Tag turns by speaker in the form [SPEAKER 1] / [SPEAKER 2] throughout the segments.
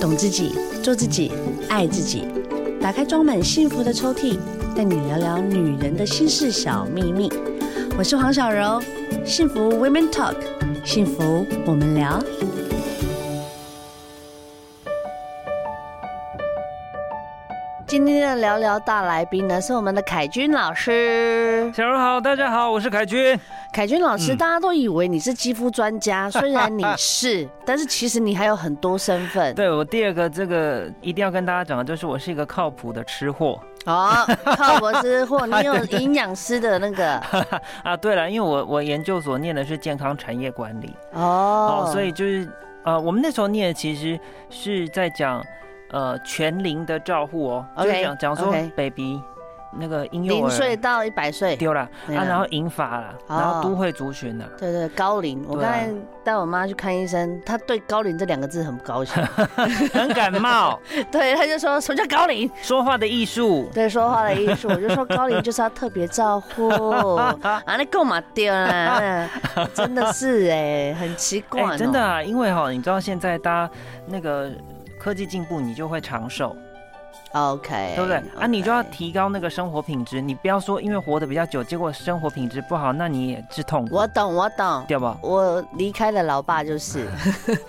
[SPEAKER 1] 懂自己，做自己，爱自己。打开装满幸福的抽屉，带你聊聊女人的心事小秘密。我是黄小柔，幸福 Women Talk，幸福我们聊。今天的聊聊大来宾呢，是我们的凯军老 师。
[SPEAKER 2] 小柔好，大家好，我是凯军。
[SPEAKER 1] 凯军老师，
[SPEAKER 2] 嗯
[SPEAKER 1] 大家都以为你是肌肤专家，虽然你是，但是其实你还有很多身份。
[SPEAKER 2] 对我第二个这个一定要跟大家讲的就是，我是一个靠谱的吃货
[SPEAKER 1] 哦，靠博士或你有营养师的那个
[SPEAKER 2] 啊。对了，因为我我研究所念的是健康产业管理，
[SPEAKER 1] 哦
[SPEAKER 2] 哦，所以就是呃，我们那时候念的其实是在讲呃全龄的照护哦，就
[SPEAKER 1] OK，
[SPEAKER 2] 是讲讲说
[SPEAKER 1] OK
[SPEAKER 2] baby 那个婴幼
[SPEAKER 1] 零岁
[SPEAKER 2] 儿
[SPEAKER 1] 到一百岁，
[SPEAKER 2] 丢了啊，
[SPEAKER 1] 对啊
[SPEAKER 2] 然后银发啦，然
[SPEAKER 1] 哦
[SPEAKER 2] 后都会族群啦。
[SPEAKER 1] 对对高龄。我
[SPEAKER 2] 对
[SPEAKER 1] 刚
[SPEAKER 2] 啊
[SPEAKER 1] 才带我妈去看医生，她对高龄这两个字很不高 兴，
[SPEAKER 2] 很感 冒，
[SPEAKER 1] 对，她就说什么叫高龄？
[SPEAKER 2] 说话的艺术。
[SPEAKER 1] 对，说话的艺术，我就说高龄就是要特别照 顾啊，那够嘛丢啦，嗯真的是哎，很奇怪、
[SPEAKER 2] 哎，真的。啊，因为哈、你知道现在大家那个科技进步，你就会长寿。
[SPEAKER 1] OK，
[SPEAKER 2] 对不对？啊，你就要
[SPEAKER 1] OK
[SPEAKER 2] 提高那个生活品质，你不要说因为活得比较久，结果生活品质不好，那你也是痛苦，
[SPEAKER 1] 我懂，我懂。
[SPEAKER 2] 对吧？
[SPEAKER 1] 我离开了老爸， 就是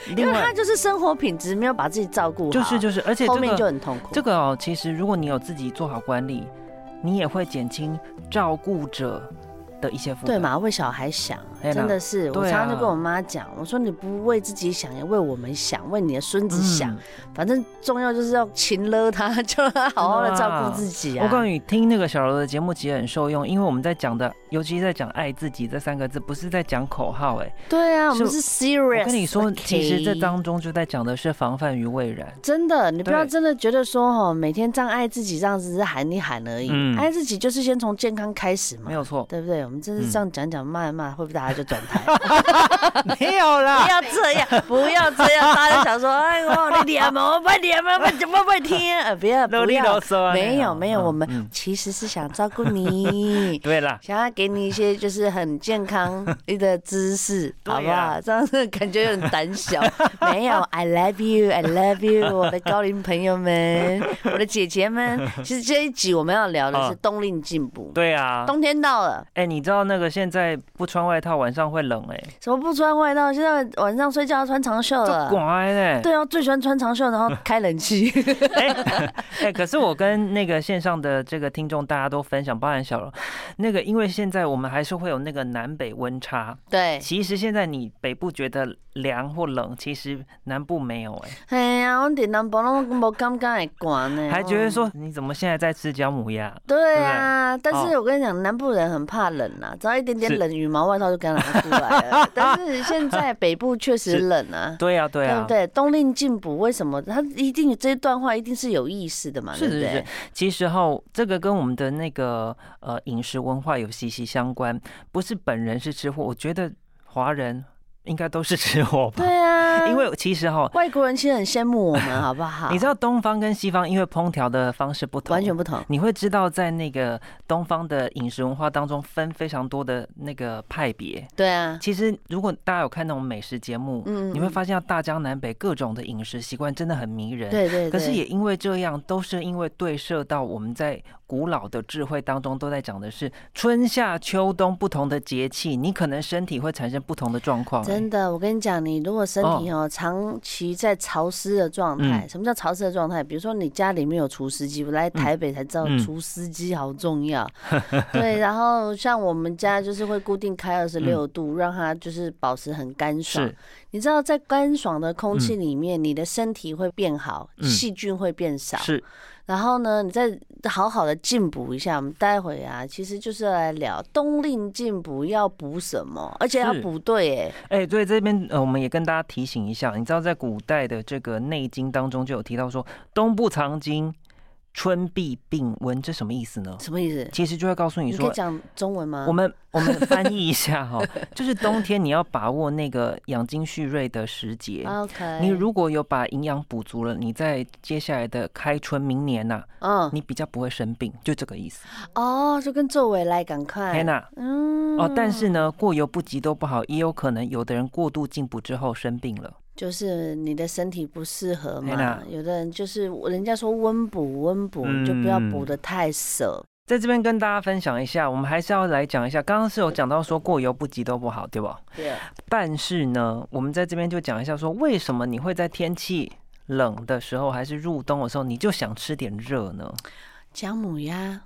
[SPEAKER 1] 因
[SPEAKER 2] 另
[SPEAKER 1] 为
[SPEAKER 2] 外
[SPEAKER 1] 他就是生活品质没有把自己照顾好，
[SPEAKER 2] 就是就是，而且
[SPEAKER 1] 后
[SPEAKER 2] 这
[SPEAKER 1] 面就
[SPEAKER 2] 个
[SPEAKER 1] 很痛苦。
[SPEAKER 2] 这个哦，其实如果你有自己做好管理，你也会减轻照顾者的一些负
[SPEAKER 1] 对
[SPEAKER 2] 担。？
[SPEAKER 1] 嘛，为小孩想啊，
[SPEAKER 2] 哎呀
[SPEAKER 1] 真的是，我
[SPEAKER 2] 嗯对
[SPEAKER 1] 常常
[SPEAKER 2] 啊
[SPEAKER 1] 就跟我妈讲，我说你不为自己想，也为我们想，为你的孙子想，
[SPEAKER 2] 嗯，
[SPEAKER 1] 反正重要就是要勤勒他，就让他好好的照顾自己啊。
[SPEAKER 2] 我告诉你，听那个小柔的节目其实很受用，因为我们在讲的，尤其是在讲“爱自己”这三个字，不是在讲口号、哎，
[SPEAKER 1] 对啊，我们
[SPEAKER 2] 是
[SPEAKER 1] 是 serious。
[SPEAKER 2] 我跟你说，其实这。当中就在讲的是防范于未然。
[SPEAKER 1] 真的，你不要
[SPEAKER 2] 对
[SPEAKER 1] 真的觉得说哦，每天这样爱自己，这样只是喊一喊而已。
[SPEAKER 2] 嗯
[SPEAKER 1] 爱自己就是先从健康开始嘛
[SPEAKER 2] 没，有错，
[SPEAKER 1] 对不对？我们真是
[SPEAKER 2] 嗯
[SPEAKER 1] 这样讲讲骂一骂，会不会大家就转台？
[SPEAKER 2] 没有啦
[SPEAKER 1] 不要这 样，不要这样，大家想说，哎呦，你脸嘛，我不脸嘛，我怎么不听？呃， 不 要
[SPEAKER 2] 啰
[SPEAKER 1] 不
[SPEAKER 2] 里
[SPEAKER 1] 要
[SPEAKER 2] 啰，嗦啊。
[SPEAKER 1] 没有没有，
[SPEAKER 2] 嗯
[SPEAKER 1] 我们
[SPEAKER 2] 嗯
[SPEAKER 1] 其实是想照顾 你。
[SPEAKER 2] 对啦，
[SPEAKER 1] 想要给你一些就是很健康的知识，
[SPEAKER 2] 对啊
[SPEAKER 1] 好不好？这样子感觉有点胆 小。没有，I love you，I love you，我的高龄朋友们， 我的姐姐们。其实这一集我们要聊的是
[SPEAKER 2] 嗯
[SPEAKER 1] 冬令进补，
[SPEAKER 2] 对啊。
[SPEAKER 1] 冬天到了，
[SPEAKER 2] 哎、你知道那个现在不穿外套晚上会冷哎、
[SPEAKER 1] 什么不穿外套？现在晚上睡觉要穿长袖
[SPEAKER 2] 欸，
[SPEAKER 1] 了
[SPEAKER 2] 这。乖嘞。
[SPEAKER 1] 呃对啊，最喜欢穿长袖，然后开冷气。
[SPEAKER 2] 哎、 哎可是我跟那个线上的这个听众大家都分享，包含小柔，那个因为现在我们还是会有那个南北温差。
[SPEAKER 1] 对，
[SPEAKER 2] 其实现在你北部觉得凉或冷，其实南部没有哎、
[SPEAKER 1] 哎呀，我点南部拢无感觉会寒呢，
[SPEAKER 2] 还觉得
[SPEAKER 1] 哦。
[SPEAKER 2] 说你怎么现在在吃姜母鸭？
[SPEAKER 1] 对啊，但
[SPEAKER 2] 不对哦
[SPEAKER 1] 是我跟你讲，南部人很怕冷啊，只要一点点
[SPEAKER 2] 是
[SPEAKER 1] 冷，羽毛外套就给他拿出来 了。但是现在北部确实
[SPEAKER 2] 是
[SPEAKER 1] 冷啊，
[SPEAKER 2] 对啊， 对
[SPEAKER 1] 对
[SPEAKER 2] 啊，
[SPEAKER 1] 不对？冬令进补，为什么？他一定这一段话一定是有意思的嘛，对
[SPEAKER 2] 是
[SPEAKER 1] 不
[SPEAKER 2] 是
[SPEAKER 1] 对
[SPEAKER 2] 是？，其实哈，这个跟我们的那个呃饮食文化有息息相关。不是本人是吃货，我觉得华人应该都是吃货 吧，
[SPEAKER 1] 对啊，
[SPEAKER 2] 因为其实哈，
[SPEAKER 1] 外国人其实很羡慕我们，好不好？
[SPEAKER 2] 你知道东方跟西方因为烹调的方式不同，
[SPEAKER 1] 完全不同。
[SPEAKER 2] 你会知道在那个东方的饮食文化当中分非常多的那个派别。
[SPEAKER 1] 对啊，
[SPEAKER 2] 其实如果大家有看那种美食节目，
[SPEAKER 1] 嗯
[SPEAKER 2] 你会发现大江南北各种的饮食习惯真的很迷人。
[SPEAKER 1] 对对对。
[SPEAKER 2] 可是也因为这样，都是因为对射到我们在古老的智慧当中都在讲的是春夏秋冬不同的节气，你可能身体会产生不同的状况、
[SPEAKER 1] 真
[SPEAKER 2] 的，
[SPEAKER 1] 的，我跟你讲，你如果身体哦长期在潮湿的状态，
[SPEAKER 2] 嗯
[SPEAKER 1] 什么叫潮湿的状态？比如说你家里面有除湿机，我来台北才知道
[SPEAKER 2] 嗯
[SPEAKER 1] 除湿机好重 要。对，然后像我们家就是会固定开二十六度，让它就是保持很干爽
[SPEAKER 2] 嗯是。
[SPEAKER 1] 你知道，在干爽的空气里面，你的身体会变好，
[SPEAKER 2] 嗯
[SPEAKER 1] 细菌会变少。
[SPEAKER 2] 是，
[SPEAKER 1] 然后呢，你再好好的进补一下。我们待会啊，其实就是要来聊冬令进补要补什么，而且要
[SPEAKER 2] 是
[SPEAKER 1] 补对哎、
[SPEAKER 2] 哎、对这边呃，我们也跟大家提醒一下，你知道在古代的这个《内经》当中就有提到说“冬不藏经，春必病温”，这什么意思呢？
[SPEAKER 1] 什么意思？
[SPEAKER 2] 其实就会告诉你
[SPEAKER 1] 你可以
[SPEAKER 2] 说。
[SPEAKER 1] 讲啊中文吗？
[SPEAKER 2] 我们我们翻译一下哈、就是冬天你要把握那个养精蓄锐的 时节。
[SPEAKER 1] 啊 OK，
[SPEAKER 2] 你如果有把营养补足了，你在接下来的开春明年呐、
[SPEAKER 1] 嗯
[SPEAKER 2] 你比较不会生病，就这个意思。
[SPEAKER 1] 哦，就跟作为来赶
[SPEAKER 2] 天
[SPEAKER 1] 快，
[SPEAKER 2] 呐，
[SPEAKER 1] 嗯
[SPEAKER 2] 哦哦，但是呢，过犹不及都不好，也有可能有的人过度进补之后生病了。
[SPEAKER 1] 就是你的身体不适合
[SPEAKER 2] 哎
[SPEAKER 1] 嘛
[SPEAKER 2] 呀。
[SPEAKER 1] 有的人就是人家说温补温补，
[SPEAKER 2] 嗯
[SPEAKER 1] 就不要补的太舍。
[SPEAKER 2] 在这边跟大家分享一下，我们还是要来讲一下，刚刚是有讲到说过犹不及都不好，对吧？
[SPEAKER 1] 对，啊
[SPEAKER 2] 但是呢，我们在这边就讲一下，说为什么你会在天气冷的时候，还是入冬的时候，你就想吃点热呢？
[SPEAKER 1] 姜母鸭，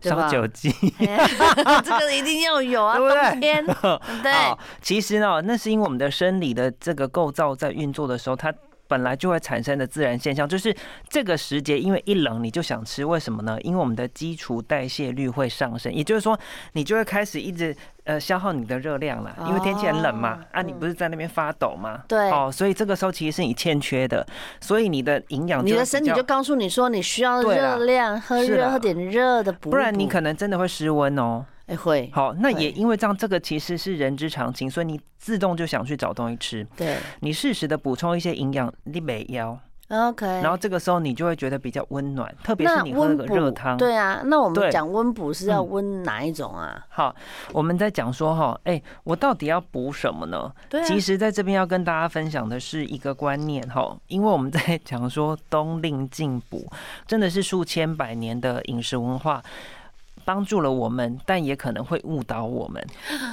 [SPEAKER 1] 对吧
[SPEAKER 2] 烧？酒鸡。
[SPEAKER 1] 哎 这个一定要有啊，
[SPEAKER 2] 对不对
[SPEAKER 1] 冬天，对不对，
[SPEAKER 2] 哦，其实呢，那是因为我们的生理的这个构造在运作的时候，它本来就会产生的自然现象，就是这个时节因为一冷你就想吃，为什么呢？因为我们的基础代谢率会上升，也就是说你就会开始一直呃消耗你的热量啦，因为天气很冷嘛
[SPEAKER 1] 哦，
[SPEAKER 2] 啊，你不是在那边发抖吗？
[SPEAKER 1] 对
[SPEAKER 2] 哦，所以这个时候其实是你欠缺的，所以你的营 养
[SPEAKER 1] 你
[SPEAKER 2] 会
[SPEAKER 1] 的
[SPEAKER 2] 比
[SPEAKER 1] 身体
[SPEAKER 2] 较
[SPEAKER 1] 就告诉你说你需要
[SPEAKER 2] 对啦
[SPEAKER 1] 热量，喝
[SPEAKER 2] 是啦
[SPEAKER 1] 热喝点热的补一补，
[SPEAKER 2] 不然你可能真的会失温哦。
[SPEAKER 1] 哎会，
[SPEAKER 2] 好，那
[SPEAKER 1] 对
[SPEAKER 2] 也因为这样，这个其实是人之常情，所以你自动就想去找东西吃。
[SPEAKER 1] 对
[SPEAKER 2] 你适时的补充一些营养，你每腰，
[SPEAKER 1] ，OK。
[SPEAKER 2] 然后这个时候你就会觉得比较温暖，特别
[SPEAKER 1] 那
[SPEAKER 2] 是你喝
[SPEAKER 1] 温
[SPEAKER 2] 个
[SPEAKER 1] 补
[SPEAKER 2] 热汤。，
[SPEAKER 1] 对啊，那我
[SPEAKER 2] 对
[SPEAKER 1] 们讲温补是要
[SPEAKER 2] 嗯
[SPEAKER 1] 温哪一种啊？
[SPEAKER 2] 好，我们在讲说哈，哎、我到底要补什么呢？
[SPEAKER 1] 对啊，
[SPEAKER 2] 其实在这边要跟大家分享的是一个观念哈，因为我们在讲说冬令进补，真的是数千百年的饮食文化。帮助了我们，但也可能会误导我们。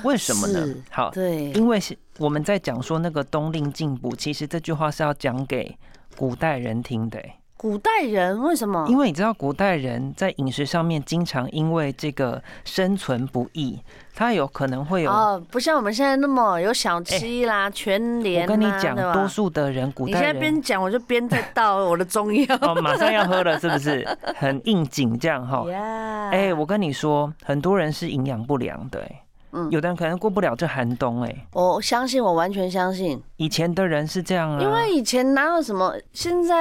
[SPEAKER 2] 为什么呢
[SPEAKER 1] 是？
[SPEAKER 2] 好，
[SPEAKER 1] 对，
[SPEAKER 2] 因为是我们在讲说那个冬令进补，其实这句话是要讲给古代人听的欸、
[SPEAKER 1] 古代人为什么？
[SPEAKER 2] 因为你知道古代人在饮食上面经常因为这个生存不易，他有可能会有。
[SPEAKER 1] 哦，不像我们现在那么有小七啦、全联、
[SPEAKER 2] 我
[SPEAKER 1] 啊，
[SPEAKER 2] 跟你讲，
[SPEAKER 1] 对吧
[SPEAKER 2] 多数的人古
[SPEAKER 1] 你
[SPEAKER 2] 代
[SPEAKER 1] 现在边
[SPEAKER 2] 人。
[SPEAKER 1] 讲，我就边 在倒我的中药。
[SPEAKER 2] 哦，马上要喝了，是不是很应景这样
[SPEAKER 1] 哦
[SPEAKER 2] 哈？
[SPEAKER 1] 呀
[SPEAKER 2] 哎、我跟你说，很多人是营养不良的、哎
[SPEAKER 1] 嗯
[SPEAKER 2] 有的人可能过不了这寒冬、哎，
[SPEAKER 1] 我相信，我完全相信，
[SPEAKER 2] 以前的人是这样啊，
[SPEAKER 1] 因为以前哪有什么，现在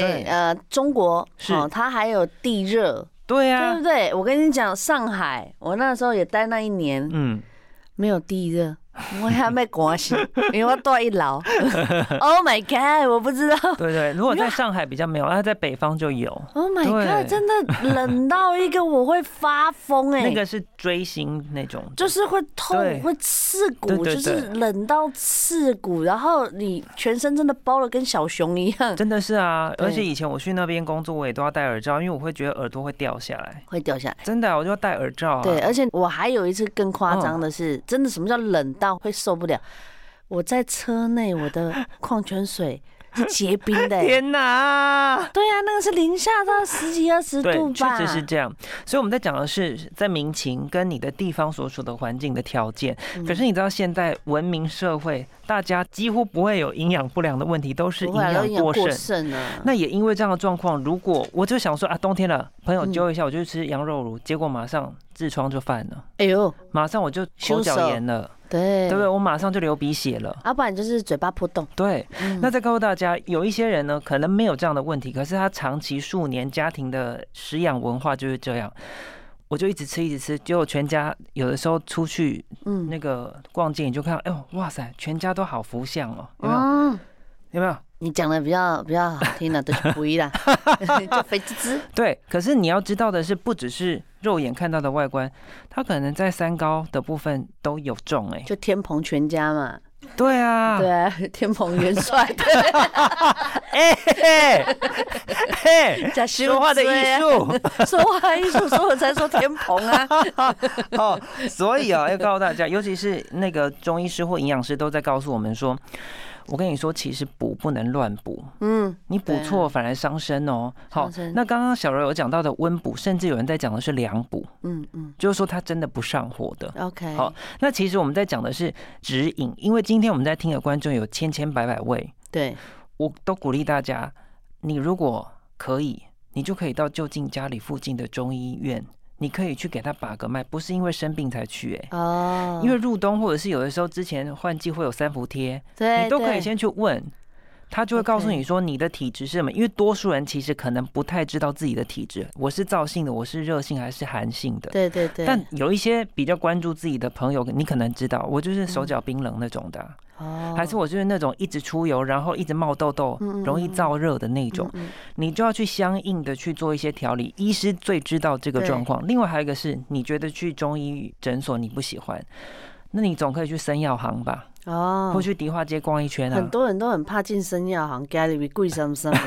[SPEAKER 2] 对
[SPEAKER 1] 呃，中国哦
[SPEAKER 2] 是
[SPEAKER 1] 它还有地热，
[SPEAKER 2] 对
[SPEAKER 1] 对
[SPEAKER 2] 啊
[SPEAKER 1] 不，对？我跟你讲，上海，我那时候也待那一年，
[SPEAKER 2] 嗯，
[SPEAKER 1] 没有地热， 我还没关系，因为我住一 楼。Oh my god！我不知道。
[SPEAKER 2] 对对，如果在上海比较没有，啊那在北方就有。
[SPEAKER 1] Oh my
[SPEAKER 2] 对
[SPEAKER 1] god！真的冷到一个我会发疯哎、
[SPEAKER 2] 那个是追星那种，
[SPEAKER 1] 就是会
[SPEAKER 2] 对
[SPEAKER 1] 痛，会刺骨，
[SPEAKER 2] 对对
[SPEAKER 1] 就是
[SPEAKER 2] 对
[SPEAKER 1] 冷到刺骨，然后你全身真的包的跟小熊一样，
[SPEAKER 2] 真的是啊。
[SPEAKER 1] 对
[SPEAKER 2] 而且以前我去那边工作，我也都要戴耳罩，因为我会觉得耳朵会掉下来。
[SPEAKER 1] 会掉下来。
[SPEAKER 2] 真的啊、我就要戴耳罩啊。
[SPEAKER 1] 对，而且我还有一次更夸张的是，真的什么叫冷到会受不了？我在车内，我的矿泉水是结冰的、 欸。
[SPEAKER 2] 天哪！
[SPEAKER 1] 对啊，那个是零下到十几二十
[SPEAKER 2] 对，
[SPEAKER 1] 度
[SPEAKER 2] 确
[SPEAKER 1] 吧？
[SPEAKER 2] 实是这样。所以我们在讲的是在民情跟你的地方所处的环境的条件。
[SPEAKER 1] 嗯
[SPEAKER 2] 可是你知道，现在文明社会，大家几乎不会有营养不良的问题，都是
[SPEAKER 1] 不
[SPEAKER 2] 营
[SPEAKER 1] 会啊都
[SPEAKER 2] 养
[SPEAKER 1] 营养
[SPEAKER 2] 过剩
[SPEAKER 1] 过。剩啊。
[SPEAKER 2] 那也因为这样的状况，如果我就想说啊，冬天了，朋友
[SPEAKER 1] 嗯
[SPEAKER 2] 揪一下，我就去吃羊肉炉，结果马上痔疮就犯了，
[SPEAKER 1] 哎呦，
[SPEAKER 2] 马上我就口
[SPEAKER 1] 羞
[SPEAKER 2] 角
[SPEAKER 1] 涩
[SPEAKER 2] 炎了。
[SPEAKER 1] 对
[SPEAKER 2] 对不对？我马上就流鼻血了。
[SPEAKER 1] 要、不然就是嘴巴破洞。
[SPEAKER 2] 对，
[SPEAKER 1] 嗯
[SPEAKER 2] 那再告诉大家，有一些人呢，可能没有这样的问题，可是他长期数年家庭的食养文化就是这样。我就一直吃，一直吃，结果全家有的时候出去
[SPEAKER 1] 嗯
[SPEAKER 2] 那个逛街，你就看到，哎呦，哇塞，全家都好福相哦，有没有？
[SPEAKER 1] 嗯，
[SPEAKER 2] 有没有？
[SPEAKER 1] 你讲的比较比较好听了，都是不一 啦， 就肥滋滋。
[SPEAKER 2] 对，可是你要知道的是，不只是肉眼看到的外观，它可能在三高的部分都有重哎、
[SPEAKER 1] 就天蓬全家嘛，
[SPEAKER 2] 对啊，
[SPEAKER 1] 对啊，天蓬元 帅
[SPEAKER 2] 哎、嘿嘿，嘿，
[SPEAKER 1] 加
[SPEAKER 2] 说话的艺，术。
[SPEAKER 1] 说话艺术，所以我才说天蓬啊。
[SPEAKER 2] 哦，所以啊，要告诉大家，尤其是那个中医师或营养师都在告诉我们说，我跟你说，其实补不能乱补，
[SPEAKER 1] 嗯，
[SPEAKER 2] 你补
[SPEAKER 1] 对啊
[SPEAKER 2] 错反而伤身哦。好
[SPEAKER 1] 伤，身
[SPEAKER 2] 那刚刚小柔有讲到的温补，甚至有人在讲的是凉补，
[SPEAKER 1] 嗯嗯
[SPEAKER 2] 就是说它真的不上火的。
[SPEAKER 1] ，OK，
[SPEAKER 2] 好，那其实我们在讲的是指引，因为今天我们在听的观众有千千百百位，
[SPEAKER 1] 对，
[SPEAKER 2] 我都鼓励大家，你如果可以，你就可以到就近家里附近的中医院，你可以去给他把个脉，不是因为生病才去、欸，
[SPEAKER 1] 哦，
[SPEAKER 2] 因为入冬或者是有的时候之前换季会有三伏贴，
[SPEAKER 1] 对
[SPEAKER 2] 你都可以
[SPEAKER 1] 对
[SPEAKER 2] 先去问，他就会
[SPEAKER 1] OK
[SPEAKER 2] 告诉你说你的体质是什么。因为多数人其实可能不太知道自己的体质，我是燥性的，我是热性还是寒性的。
[SPEAKER 1] 对对对，
[SPEAKER 2] 但有一些比较关注自己的朋友，你可能知道，我就是手脚冰冷那种的啊，
[SPEAKER 1] 哦
[SPEAKER 2] 还是我就是那种一直出油，然后一直冒痘痘，
[SPEAKER 1] 嗯嗯
[SPEAKER 2] 容易
[SPEAKER 1] 嗯
[SPEAKER 2] 燥热的那种
[SPEAKER 1] 嗯。嗯
[SPEAKER 2] 你就要去相应的去做一些调理，医师最知道这个状况。另外还有一个是，你觉得去中医诊所你不喜欢，那你总可以去生药行吧？
[SPEAKER 1] 哦
[SPEAKER 2] 或去迪化街逛一圈啊。
[SPEAKER 1] 很多人都很怕进生药行 gallery 贵什么什么，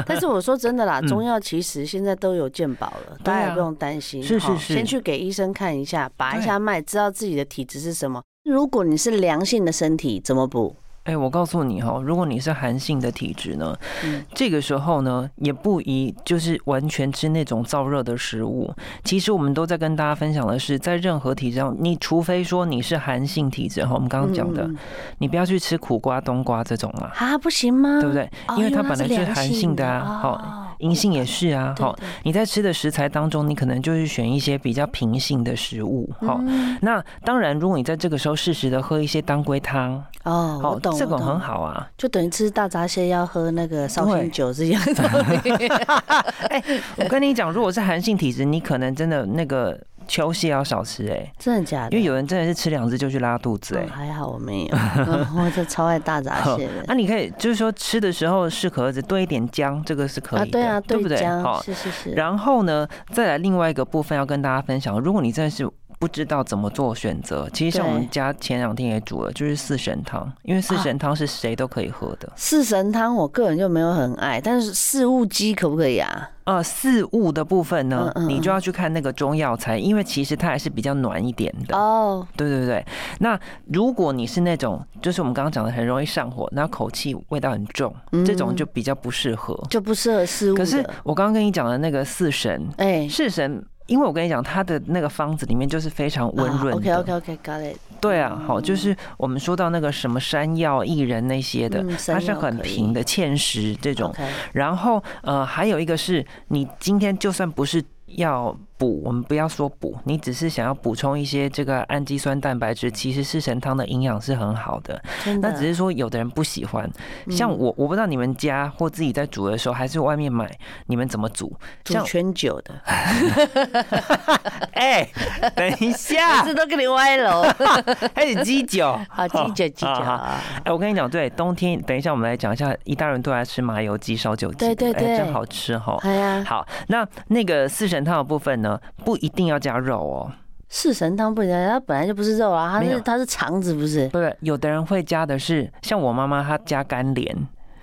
[SPEAKER 1] 但是我说真的啦，
[SPEAKER 2] 嗯啊
[SPEAKER 1] 中药其实现在都有健保了，大家也不用担心。
[SPEAKER 2] 是是
[SPEAKER 1] 哈
[SPEAKER 2] 是
[SPEAKER 1] 先去给医生看一下，把一
[SPEAKER 2] 对
[SPEAKER 1] 下脉，知道自己的体质是什么。如果你是良性的身体，怎么补？
[SPEAKER 2] 哎、我告诉你哈、如果你是寒性的体质呢，
[SPEAKER 1] 嗯
[SPEAKER 2] 这个时候呢，也不宜就是完全吃那种燥热的食物。其实我们都在跟大家分享的是，在任何体质上，你除非说你是寒性体质哈，我们刚刚讲的，
[SPEAKER 1] 嗯嗯嗯
[SPEAKER 2] 你不要去吃苦瓜、冬瓜这种啦，
[SPEAKER 1] 啊，不行吗？
[SPEAKER 2] 对不？对？
[SPEAKER 1] 哦
[SPEAKER 2] 因为它本来是寒性的啊，好、
[SPEAKER 1] 好
[SPEAKER 2] 银杏也是啊，好、
[SPEAKER 1] 好，哦对
[SPEAKER 2] 你在吃的食材当中，你可能就是选一些比较平性的食物，好、
[SPEAKER 1] 嗯
[SPEAKER 2] 那当然，如果你在这个时候适时的喝一些当归汤，
[SPEAKER 1] 哦，我懂，
[SPEAKER 2] 这
[SPEAKER 1] 我
[SPEAKER 2] 种
[SPEAKER 1] 懂
[SPEAKER 2] 很，好啊。
[SPEAKER 1] 就等于吃大闸蟹要喝那个绍
[SPEAKER 2] 对
[SPEAKER 1] 兴酒是一样的道理。
[SPEAKER 2] 我跟你讲，如果是寒性体质，你可能真的那个秋蟹要少吃哎、
[SPEAKER 1] 真的假的？
[SPEAKER 2] 因为有人真的是吃两只就去拉肚子哎、
[SPEAKER 1] 嗯还好我没 有，嗯我这超爱大闸蟹的。
[SPEAKER 2] 那、你可以就是说吃的时候适可子多一点姜，这个是可以的，
[SPEAKER 1] 对啊，
[SPEAKER 2] 不对？
[SPEAKER 1] 姜
[SPEAKER 2] 好，
[SPEAKER 1] 是是是，
[SPEAKER 2] 然后呢，再来另外一个部分要跟大家分享，如果你真的是不知道怎么做选择，其实像
[SPEAKER 1] 对
[SPEAKER 2] 我们家前两天也煮了，就是四神汤，因为四神汤是谁都可以喝的。
[SPEAKER 1] 四神汤我个人就没有很爱，但是四物鸡可不可以啊？
[SPEAKER 2] 呃，四物的部分呢，
[SPEAKER 1] 嗯嗯嗯
[SPEAKER 2] 你就要去看那个中药材，因为其实它还是比较暖一点的。
[SPEAKER 1] 哦，
[SPEAKER 2] 对对对，那如果你是那种，就是我们刚刚讲的很容易上火，那口气味道很重，
[SPEAKER 1] 嗯
[SPEAKER 2] 这种就比较不适合。
[SPEAKER 1] 就不适合四物
[SPEAKER 2] 可是
[SPEAKER 1] 的。
[SPEAKER 2] 我刚刚跟你讲的那个四神，
[SPEAKER 1] 哎，
[SPEAKER 2] 四神，因为我跟你讲，它的那个方子里面就是非常温润的。
[SPEAKER 1] 啊 OK OK OK got it。
[SPEAKER 2] 对啊，好，就是我们说到那个什么山药、薏仁那些的，
[SPEAKER 1] 嗯
[SPEAKER 2] 它是很平
[SPEAKER 1] 的
[SPEAKER 2] 的芡实这种。
[SPEAKER 1] OK，
[SPEAKER 2] 然后呃，还有一个是你今天就算不是要补，我们不要说补，你只是想要补充一些这个氨基酸蛋白质，其实四神汤的营养是很好的。
[SPEAKER 1] 真的。
[SPEAKER 2] 那只是说有的人不喜欢，
[SPEAKER 1] 嗯
[SPEAKER 2] 像我，我不知道你们家或自己在煮的时候，还是外面买，你们怎么煮？
[SPEAKER 1] 煮
[SPEAKER 2] 像
[SPEAKER 1] 全酒的，
[SPEAKER 2] 哎、等 一下，
[SPEAKER 1] 这都给你歪楼。
[SPEAKER 2] 还有鸡酒，
[SPEAKER 1] 好，鸡酒鸡酒
[SPEAKER 2] 好好
[SPEAKER 1] 啊，
[SPEAKER 2] 哎、我跟你讲，对，冬天，等一下我们来讲一下，意大利人都爱吃麻油鸡、烧酒鸡
[SPEAKER 1] 对
[SPEAKER 2] 的，
[SPEAKER 1] 对
[SPEAKER 2] 哎
[SPEAKER 1] 对
[SPEAKER 2] 真好吃哈。
[SPEAKER 1] 哎呀，
[SPEAKER 2] 好，那那个四神汤的部分呢，不一定要加肉哦，
[SPEAKER 1] 四神汤不行，它本来就不是肉啊，它
[SPEAKER 2] 没
[SPEAKER 1] 是
[SPEAKER 2] 有
[SPEAKER 1] 它是肠子不是？
[SPEAKER 2] 不是，有的人会加的是，像我妈妈她加干莲，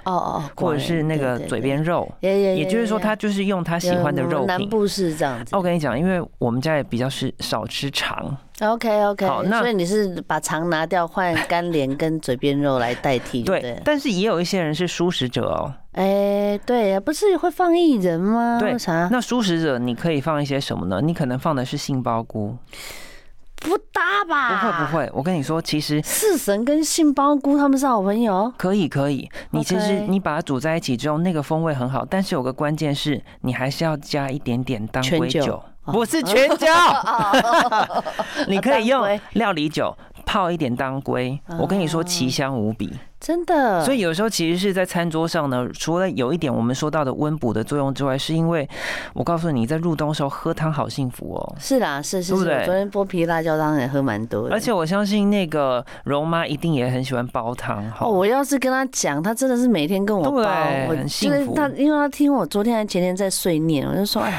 [SPEAKER 1] 哦哦，
[SPEAKER 2] 或者是那
[SPEAKER 1] 对
[SPEAKER 2] 个
[SPEAKER 1] 对对
[SPEAKER 2] 嘴边肉，
[SPEAKER 1] 也也
[SPEAKER 2] 也就是说她就是用她啊喜欢的肉
[SPEAKER 1] 南
[SPEAKER 2] 品。
[SPEAKER 1] 部是这样子
[SPEAKER 2] 哦，。我跟你讲，因为我们家也比较是少吃肠，
[SPEAKER 1] OK OK，
[SPEAKER 2] 好那
[SPEAKER 1] 所以你是把肠拿掉，换干莲跟嘴边肉来代替，对不
[SPEAKER 2] 对
[SPEAKER 1] 对，？
[SPEAKER 2] 但是也有一些人是素食者哦。
[SPEAKER 1] 哎，对，不是会放薏仁吗？
[SPEAKER 2] 对
[SPEAKER 1] 为啥
[SPEAKER 2] 那素食者你可以放一些什么呢？你可能放的是杏鲍菇，
[SPEAKER 1] 不搭
[SPEAKER 2] 不
[SPEAKER 1] 吧？
[SPEAKER 2] 会不，会，我跟你说，其实
[SPEAKER 1] 四神跟杏鲍菇他们是好朋友。
[SPEAKER 2] 可以可以，你其实
[SPEAKER 1] OK
[SPEAKER 2] 你把它煮在一起之后，那个风味很好，但是有个关键是，你还是要加一点点当归
[SPEAKER 1] 全
[SPEAKER 2] 酒
[SPEAKER 1] 酒，哦
[SPEAKER 2] 不是全酒， 你可以用
[SPEAKER 1] 当归
[SPEAKER 2] 料理酒。泡一点当归，
[SPEAKER 1] 啊
[SPEAKER 2] 我跟你说奇香无比。
[SPEAKER 1] 真的，
[SPEAKER 2] 所
[SPEAKER 1] 以
[SPEAKER 2] 以有时候其实是在餐桌上呢，除了有一点我们说到的温补的作用之外，是因为我告诉你，在入冬的时候喝汤好幸福哦。
[SPEAKER 1] 是啦，是是
[SPEAKER 2] 对
[SPEAKER 1] 是，
[SPEAKER 2] 不
[SPEAKER 1] 我
[SPEAKER 2] 对
[SPEAKER 1] 昨天剥皮辣椒汤也喝蛮多的，
[SPEAKER 2] 而且我相信那个蓉妈一定也很喜欢煲汤哈。
[SPEAKER 1] 哦，我要是跟他讲，他真的是每天跟我
[SPEAKER 2] 对
[SPEAKER 1] 包，我
[SPEAKER 2] 很
[SPEAKER 1] 就
[SPEAKER 2] 幸
[SPEAKER 1] 是
[SPEAKER 2] 福
[SPEAKER 1] 他，因为他听我昨天还前天在碎念，我就说，哎，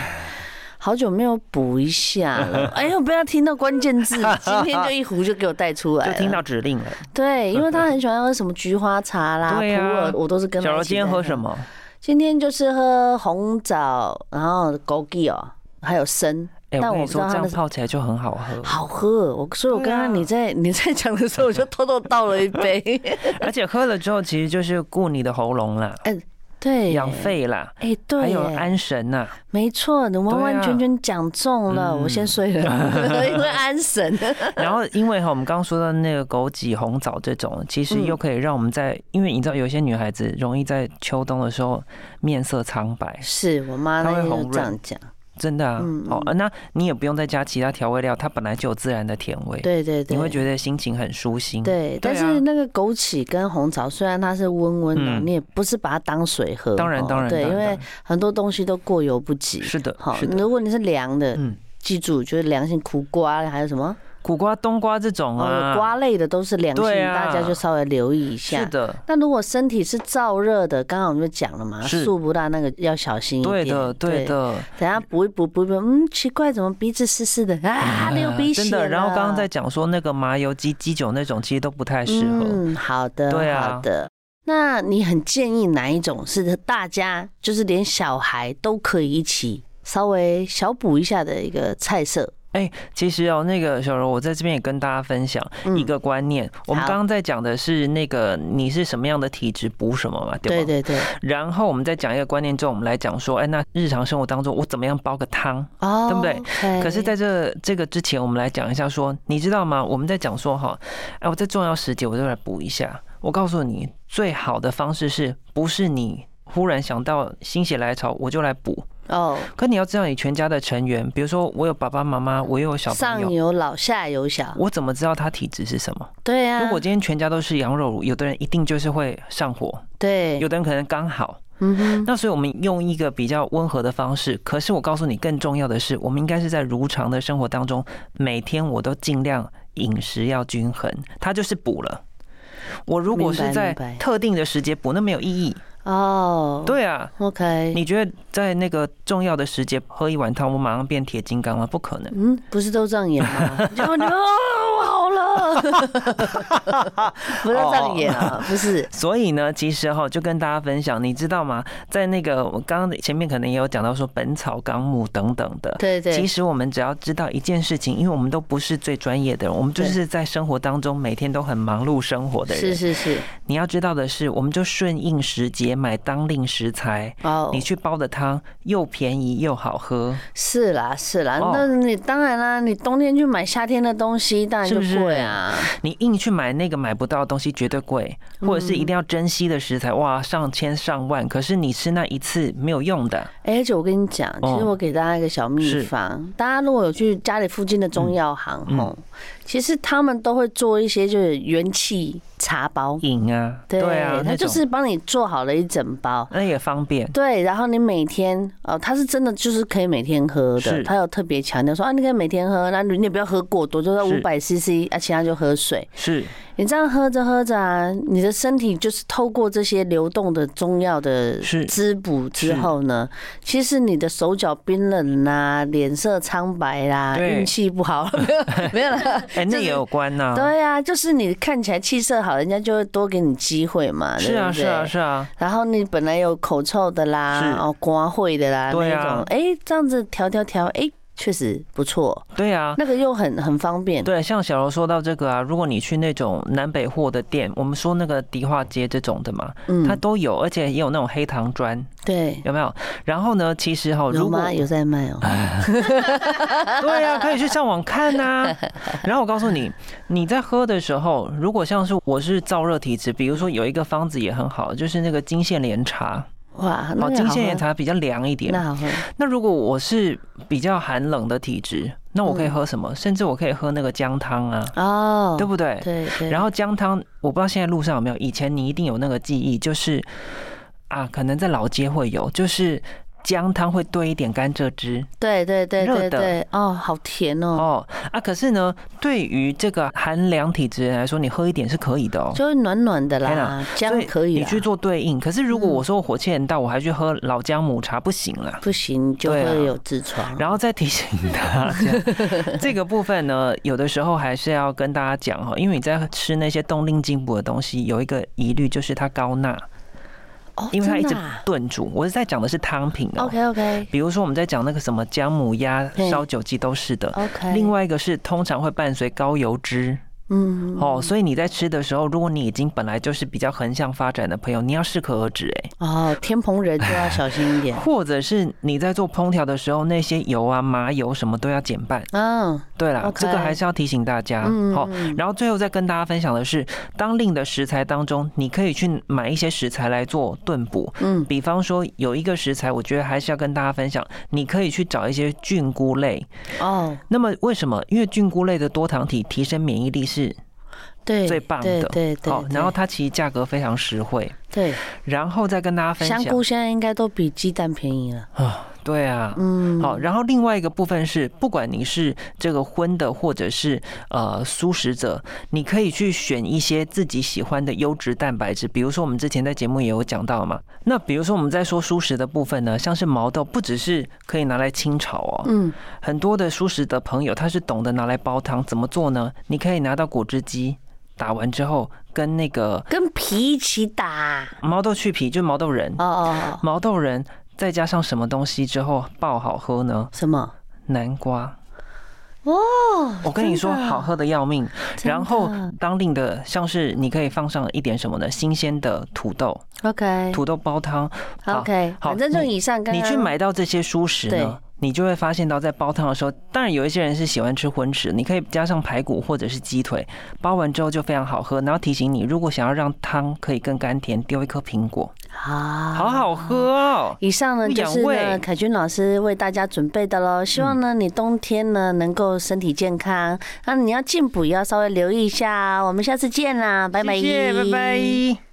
[SPEAKER 1] 好久没有补一下了， 哎呦，不要听到关键字，今天就一壶就给我带出来
[SPEAKER 2] 就
[SPEAKER 1] 了，
[SPEAKER 2] 听到指令了。
[SPEAKER 1] 对，因为他很喜欢喝什么菊花茶啦、普
[SPEAKER 2] 对啊
[SPEAKER 1] 洱，我都是跟他
[SPEAKER 2] 小柔
[SPEAKER 1] 一起
[SPEAKER 2] 今天
[SPEAKER 1] 在
[SPEAKER 2] 喝什？么？
[SPEAKER 1] 今天就是喝红枣，然后枸杞哦，还有参。
[SPEAKER 2] 哎、
[SPEAKER 1] 但
[SPEAKER 2] 我
[SPEAKER 1] 我不
[SPEAKER 2] 跟你
[SPEAKER 1] 知
[SPEAKER 2] 说
[SPEAKER 1] 道，他
[SPEAKER 2] 这样
[SPEAKER 1] 们是
[SPEAKER 2] 泡起来就很好喝，
[SPEAKER 1] 好喝，哦我所以，我刚
[SPEAKER 2] 对啊
[SPEAKER 1] 刚你在、你在讲的时候，我就偷偷倒了一杯。
[SPEAKER 2] 而且喝了之后其实就是顾你的喉咙啦，
[SPEAKER 1] 对，
[SPEAKER 2] 养。肺啦，
[SPEAKER 1] 哎、对，
[SPEAKER 2] 还有安神呐、
[SPEAKER 1] 没错，你完完全全讲中了。
[SPEAKER 2] 嗯
[SPEAKER 1] 我先睡了， 因为安神。
[SPEAKER 2] 然后因为哈，我们刚刚说到那个枸杞、红枣这种，其实
[SPEAKER 1] 嗯
[SPEAKER 2] 又可以让我们在，因为你知道有些女孩子容易在秋冬的时候面色苍白，
[SPEAKER 1] 是我妈
[SPEAKER 2] 它
[SPEAKER 1] 那
[SPEAKER 2] 会
[SPEAKER 1] 天
[SPEAKER 2] 红
[SPEAKER 1] 就
[SPEAKER 2] 润
[SPEAKER 1] 这样讲。
[SPEAKER 2] 真的啊
[SPEAKER 1] 嗯。
[SPEAKER 2] 哦，那你也不用再加其他调味料，它本来就有自然的甜味，
[SPEAKER 1] 对对对，
[SPEAKER 2] 你会觉得心情很舒心。
[SPEAKER 1] 对，但
[SPEAKER 2] 啊
[SPEAKER 1] 是那个枸杞跟红枣虽然它是温温的，
[SPEAKER 2] 嗯
[SPEAKER 1] 你也不是把它当水喝。
[SPEAKER 2] 当然
[SPEAKER 1] 哦
[SPEAKER 2] 当然
[SPEAKER 1] 对，
[SPEAKER 2] 当
[SPEAKER 1] 因
[SPEAKER 2] 然
[SPEAKER 1] 为很多东西都过犹不及。
[SPEAKER 2] 是的，
[SPEAKER 1] 好，
[SPEAKER 2] 是的，
[SPEAKER 1] 如果你是凉的，
[SPEAKER 2] 嗯。
[SPEAKER 1] 记住就是凉性苦瓜，还有什么
[SPEAKER 2] 苦瓜、冬瓜这种啊，
[SPEAKER 1] 呃，瓜类的都是凉性，
[SPEAKER 2] 对啊
[SPEAKER 1] 大家就稍微留意一下。
[SPEAKER 2] 是。的，
[SPEAKER 1] 那如果身体是燥热的，刚刚我们就讲了嘛，
[SPEAKER 2] 是
[SPEAKER 1] 素不辣那个要小心一点。
[SPEAKER 2] 对的，对。的。
[SPEAKER 1] 等下补一补，补一补，嗯，奇怪，怎么鼻子湿湿的啊？流鼻血
[SPEAKER 2] 嗯真
[SPEAKER 1] 了。
[SPEAKER 2] 的。然后刚刚在讲说那个麻油鸡、鸡酒那种，其实都不太适合。
[SPEAKER 1] 嗯，好的，
[SPEAKER 2] 对啊
[SPEAKER 1] 好的。那你很建议哪一种是大家就是连小孩都可以一起稍微小补一下的一个菜色？
[SPEAKER 2] 哎、其实哦，那个小柔，我在这边也跟大家分享
[SPEAKER 1] 嗯
[SPEAKER 2] 一个观念。我们
[SPEAKER 1] 好
[SPEAKER 2] 刚刚在讲的是那个你是什么样的体质补什么嘛，对吧？
[SPEAKER 1] 对对对，
[SPEAKER 2] 然后我们再讲一个观念之后，我们来讲说，哎，那日常生活当中我怎么样煲个汤？
[SPEAKER 1] 哦，哎
[SPEAKER 2] 对不对
[SPEAKER 1] OK？
[SPEAKER 2] 可是，在这这个之前，我们来讲一下说，你知道吗？我们在讲说哈，哎，我在重要时节我就来补一下。我告诉你，最好的方式是不是你忽然想到心血来潮我就来补？
[SPEAKER 1] 哦，
[SPEAKER 2] 可你要知道你全家的成员，比如说我有爸爸妈妈，我又有小
[SPEAKER 1] 上
[SPEAKER 2] 朋友，
[SPEAKER 1] 有老下有小，
[SPEAKER 2] 我怎么知道他体质是什么？
[SPEAKER 1] 对啊，
[SPEAKER 2] 如果今天全家都是羊肉炉，有的人一定就是会上火，
[SPEAKER 1] 对，
[SPEAKER 2] 有的人可能刚好。
[SPEAKER 1] 嗯哼，
[SPEAKER 2] 那所以我们用一个比较温和的方式，可是我告诉你，更重要的是，我们应该是在如常的生活当中，每天我都尽量饮食要均衡，它就是补了。我如果是
[SPEAKER 1] 明白
[SPEAKER 2] 在
[SPEAKER 1] 明白
[SPEAKER 2] 特定的时节补，那没有意义。
[SPEAKER 1] 哦，
[SPEAKER 2] 对啊，
[SPEAKER 1] ，OK，
[SPEAKER 2] 你觉得在那个重要的时节喝一碗汤，我马上变铁金刚吗？不可能。
[SPEAKER 1] 嗯，不是都这样演 吗？然后你就哦，我好了，不是这样演
[SPEAKER 2] 哦
[SPEAKER 1] 啊，不是，
[SPEAKER 2] 所以呢，其实哈，就跟大家分享，你知道吗？在那个我刚刚前面可能也有讲到说《本草纲目》等等的，
[SPEAKER 1] 对对，
[SPEAKER 2] 其实我们只要知道一件事情，因为我们都不是最专业的人，我们就
[SPEAKER 1] 对
[SPEAKER 2] 是在生活当中每天都很忙碌生活的人。
[SPEAKER 1] 是是是，
[SPEAKER 2] 你要知道的是，我们就顺应时节买当令食材。
[SPEAKER 1] 哦
[SPEAKER 2] 你，去煲的汤又便宜又好喝，
[SPEAKER 1] 是啦是啦，
[SPEAKER 2] 哦
[SPEAKER 1] 那你当然啦，你冬天去买夏天的东西，当然
[SPEAKER 2] 是
[SPEAKER 1] 就
[SPEAKER 2] 不是
[SPEAKER 1] 贵啊，
[SPEAKER 2] 你硬去买那个买不到的东西绝对贵，
[SPEAKER 1] 嗯
[SPEAKER 2] 或者是一定要珍惜的食材，哇，上千上万，可是你吃那一次没有用的，
[SPEAKER 1] 哎而且我跟你讲，其实
[SPEAKER 2] 哦
[SPEAKER 1] 我给大家一个小秘
[SPEAKER 2] 是
[SPEAKER 1] 方，大家如果有去家里附近的中药行
[SPEAKER 2] 嗯
[SPEAKER 1] 吼，其实他们都会做一些就是元气茶包，
[SPEAKER 2] 瘾啊，啊，
[SPEAKER 1] 他
[SPEAKER 2] 那
[SPEAKER 1] 就
[SPEAKER 2] 种
[SPEAKER 1] 是帮你做好了一整包。
[SPEAKER 2] 那也方便，
[SPEAKER 1] 对，然后你每天哦，它是真的就是可以每天喝的，
[SPEAKER 2] 是
[SPEAKER 1] 它有特别强调说啊，你可以每天喝，那你也不要喝过多，就是
[SPEAKER 2] 是
[SPEAKER 1] 五百 CC 啊，其他就喝水。
[SPEAKER 2] 是
[SPEAKER 1] 你这样喝着喝着啊，你的身体就是透过这些流动的中药的
[SPEAKER 2] 是
[SPEAKER 1] 滋补之
[SPEAKER 2] 是
[SPEAKER 1] 后呢，其实你的手脚冰冷啦、脸色苍白啦、
[SPEAKER 2] 对
[SPEAKER 1] 运气不 好没有没有啦，
[SPEAKER 2] 哎、
[SPEAKER 1] 就
[SPEAKER 2] 那
[SPEAKER 1] 是
[SPEAKER 2] 也有关呐、
[SPEAKER 1] 对呀、啊，就是你看起来气色好，人家就会多给你机会嘛，
[SPEAKER 2] 是啊，
[SPEAKER 1] 对
[SPEAKER 2] 是
[SPEAKER 1] 不对
[SPEAKER 2] 啊，是啊，
[SPEAKER 1] 然后你本来有口臭的啦，
[SPEAKER 2] 是
[SPEAKER 1] 哦，刮会的啦，
[SPEAKER 2] 对
[SPEAKER 1] 那
[SPEAKER 2] 啊
[SPEAKER 1] 种，哎、这样子调调调，哎、确实不错，
[SPEAKER 2] 对啊，
[SPEAKER 1] 那个又很很方便。
[SPEAKER 2] 对，像小柔说到这个啊，如果你去那种南北货的店，我们说那个迪化街这种的嘛，它
[SPEAKER 1] 嗯，
[SPEAKER 2] 都有，而且也有那种黑糖砖，
[SPEAKER 1] 对，
[SPEAKER 2] 有没有？然后呢，其实哈、
[SPEAKER 1] 有
[SPEAKER 2] 哦如果啊
[SPEAKER 1] 吗？有在卖哦、
[SPEAKER 2] 对啊，可以去上网看呐、然后我告诉你，你在喝的时候，如果像是我是燥热体质，比如说有一个方子也很好，就是那个金线莲茶，
[SPEAKER 1] 哇，那
[SPEAKER 2] 哦，
[SPEAKER 1] 个
[SPEAKER 2] 金
[SPEAKER 1] 嗯好
[SPEAKER 2] 线莲
[SPEAKER 1] 喝，
[SPEAKER 2] 茶比较凉一点。
[SPEAKER 1] 那好喝，
[SPEAKER 2] 那如果我是比较寒冷的体质，那我可以喝什么？甚至我可以喝那个姜汤啊，
[SPEAKER 1] 嗯哦，
[SPEAKER 2] 对不对？
[SPEAKER 1] 对对，
[SPEAKER 2] 然
[SPEAKER 1] 后
[SPEAKER 2] 后姜汤，我不知道现在路上有没有，以前你一定有那个记忆，就是啊，可能在老街会有，就是姜汤会兑一点甘蔗汁
[SPEAKER 1] 对对对对
[SPEAKER 2] 热的
[SPEAKER 1] 对，哦，好甜哦、
[SPEAKER 2] 哦啊，可是呢，对于这个寒凉体质人来说，你喝一点是可以的哦。
[SPEAKER 1] 就会暖暖的
[SPEAKER 2] 天
[SPEAKER 1] 啦
[SPEAKER 2] 哪，
[SPEAKER 1] 姜可以
[SPEAKER 2] 你
[SPEAKER 1] 啦，
[SPEAKER 2] 去做对应。可是如果
[SPEAKER 1] 嗯
[SPEAKER 2] 我说我火气很大，我还去喝老姜母茶，不行啦。
[SPEAKER 1] 不行就
[SPEAKER 2] 对啊
[SPEAKER 1] 会有痔疮。
[SPEAKER 2] 然后再提醒 大家，这个部分呢，有的时候还是要跟大家讲哈，因为你在吃那些冬令进补的东西，有一个疑虑就是它高钠。
[SPEAKER 1] 哦，
[SPEAKER 2] 因为它一直
[SPEAKER 1] 真的啊
[SPEAKER 2] 炖煮。我是在讲的是汤品哦、
[SPEAKER 1] OK OK
[SPEAKER 2] 比如说我们在讲那个什么姜母鸭
[SPEAKER 1] 对、
[SPEAKER 2] 烧酒鸡都是的。
[SPEAKER 1] OK，
[SPEAKER 2] 另，外一个是通常会伴随高油脂
[SPEAKER 1] 嗯，
[SPEAKER 2] 哦，所以你在吃的时候，如果你已经本来就是比较横向发展的朋友，你要适可而止哎、，
[SPEAKER 1] 哦，天蓬人就要小心一点
[SPEAKER 2] 或者是你在做烹调的时候，那些油啊、麻油什么都要减半。
[SPEAKER 1] 嗯。
[SPEAKER 2] 对啦
[SPEAKER 1] OK
[SPEAKER 2] 这个还是要提醒大家。哦
[SPEAKER 1] 嗯
[SPEAKER 2] 好、
[SPEAKER 1] 嗯嗯
[SPEAKER 2] 然后最后再跟大家分享的是，当令的食材当中，你可以去买一些食材来做炖补，
[SPEAKER 1] 嗯，
[SPEAKER 2] 比方说有一个食材，我觉得还是要跟大家分享，你可以去找一些菌菇类。
[SPEAKER 1] 哦，
[SPEAKER 2] 那么为什么？因为菌菇类的多糖体提升免疫力是
[SPEAKER 1] 对，
[SPEAKER 2] 最棒
[SPEAKER 1] 对
[SPEAKER 2] 的
[SPEAKER 1] 对对
[SPEAKER 2] 好，然后它其实价格非常实惠。
[SPEAKER 1] 对
[SPEAKER 2] 然后再跟大家分
[SPEAKER 1] 香
[SPEAKER 2] 享
[SPEAKER 1] 菇现在应该都比鸡蛋便宜了。
[SPEAKER 2] 啊，对啊，
[SPEAKER 1] 嗯，
[SPEAKER 2] 好，然后另外一个部分是，不管你是这个荤的，或者是呃素食者，你可以去选一些自己喜欢的优质蛋白质。比如说我们之前在节目也有讲到嘛，那比如说我们在说素食的部分呢，像是毛豆，不只是可以拿来清炒哦，
[SPEAKER 1] 嗯，
[SPEAKER 2] 很多的素食的朋友他是懂得拿来煲汤，怎么做呢？你可以拿到果汁机打完之后，跟那个
[SPEAKER 1] 跟皮一起打。
[SPEAKER 2] 毛豆去皮，就是毛豆仁，
[SPEAKER 1] 哦哦，哦
[SPEAKER 2] 毛豆仁再加上什么东西之后爆好喝呢？
[SPEAKER 1] 什么？
[SPEAKER 2] 南瓜。
[SPEAKER 1] 哦，
[SPEAKER 2] 我跟你说，
[SPEAKER 1] 真的
[SPEAKER 2] 好喝的要命。
[SPEAKER 1] 真的
[SPEAKER 2] 然后当令的像是你可以放上一点什么呢？新鲜的土豆，
[SPEAKER 1] OK
[SPEAKER 2] 土豆煲汤。好
[SPEAKER 1] OK，
[SPEAKER 2] 好
[SPEAKER 1] 反正就以上刚
[SPEAKER 2] 你
[SPEAKER 1] 刚
[SPEAKER 2] 去买到这些蔬食
[SPEAKER 1] 对
[SPEAKER 2] 呢，你就会发现到在煲汤的时候，当然有一些人是喜欢吃荤食，你可以加上排骨或者是鸡腿，煲完之后就非常好喝。然后提醒你，如果想要让汤可以更甘甜，丢一颗苹果，
[SPEAKER 1] 啊，
[SPEAKER 2] 好好喝哦。
[SPEAKER 1] 以上呢
[SPEAKER 2] 不
[SPEAKER 1] 就
[SPEAKER 2] 养
[SPEAKER 1] 是呢
[SPEAKER 2] 胃
[SPEAKER 1] 凯君老师为大家准备的喽，希望呢
[SPEAKER 2] 嗯
[SPEAKER 1] 你冬天呢能够身体健康，那你要进补也要稍微留意一下哦，我们下次见啦，拜拜，
[SPEAKER 2] 谢谢，拜拜。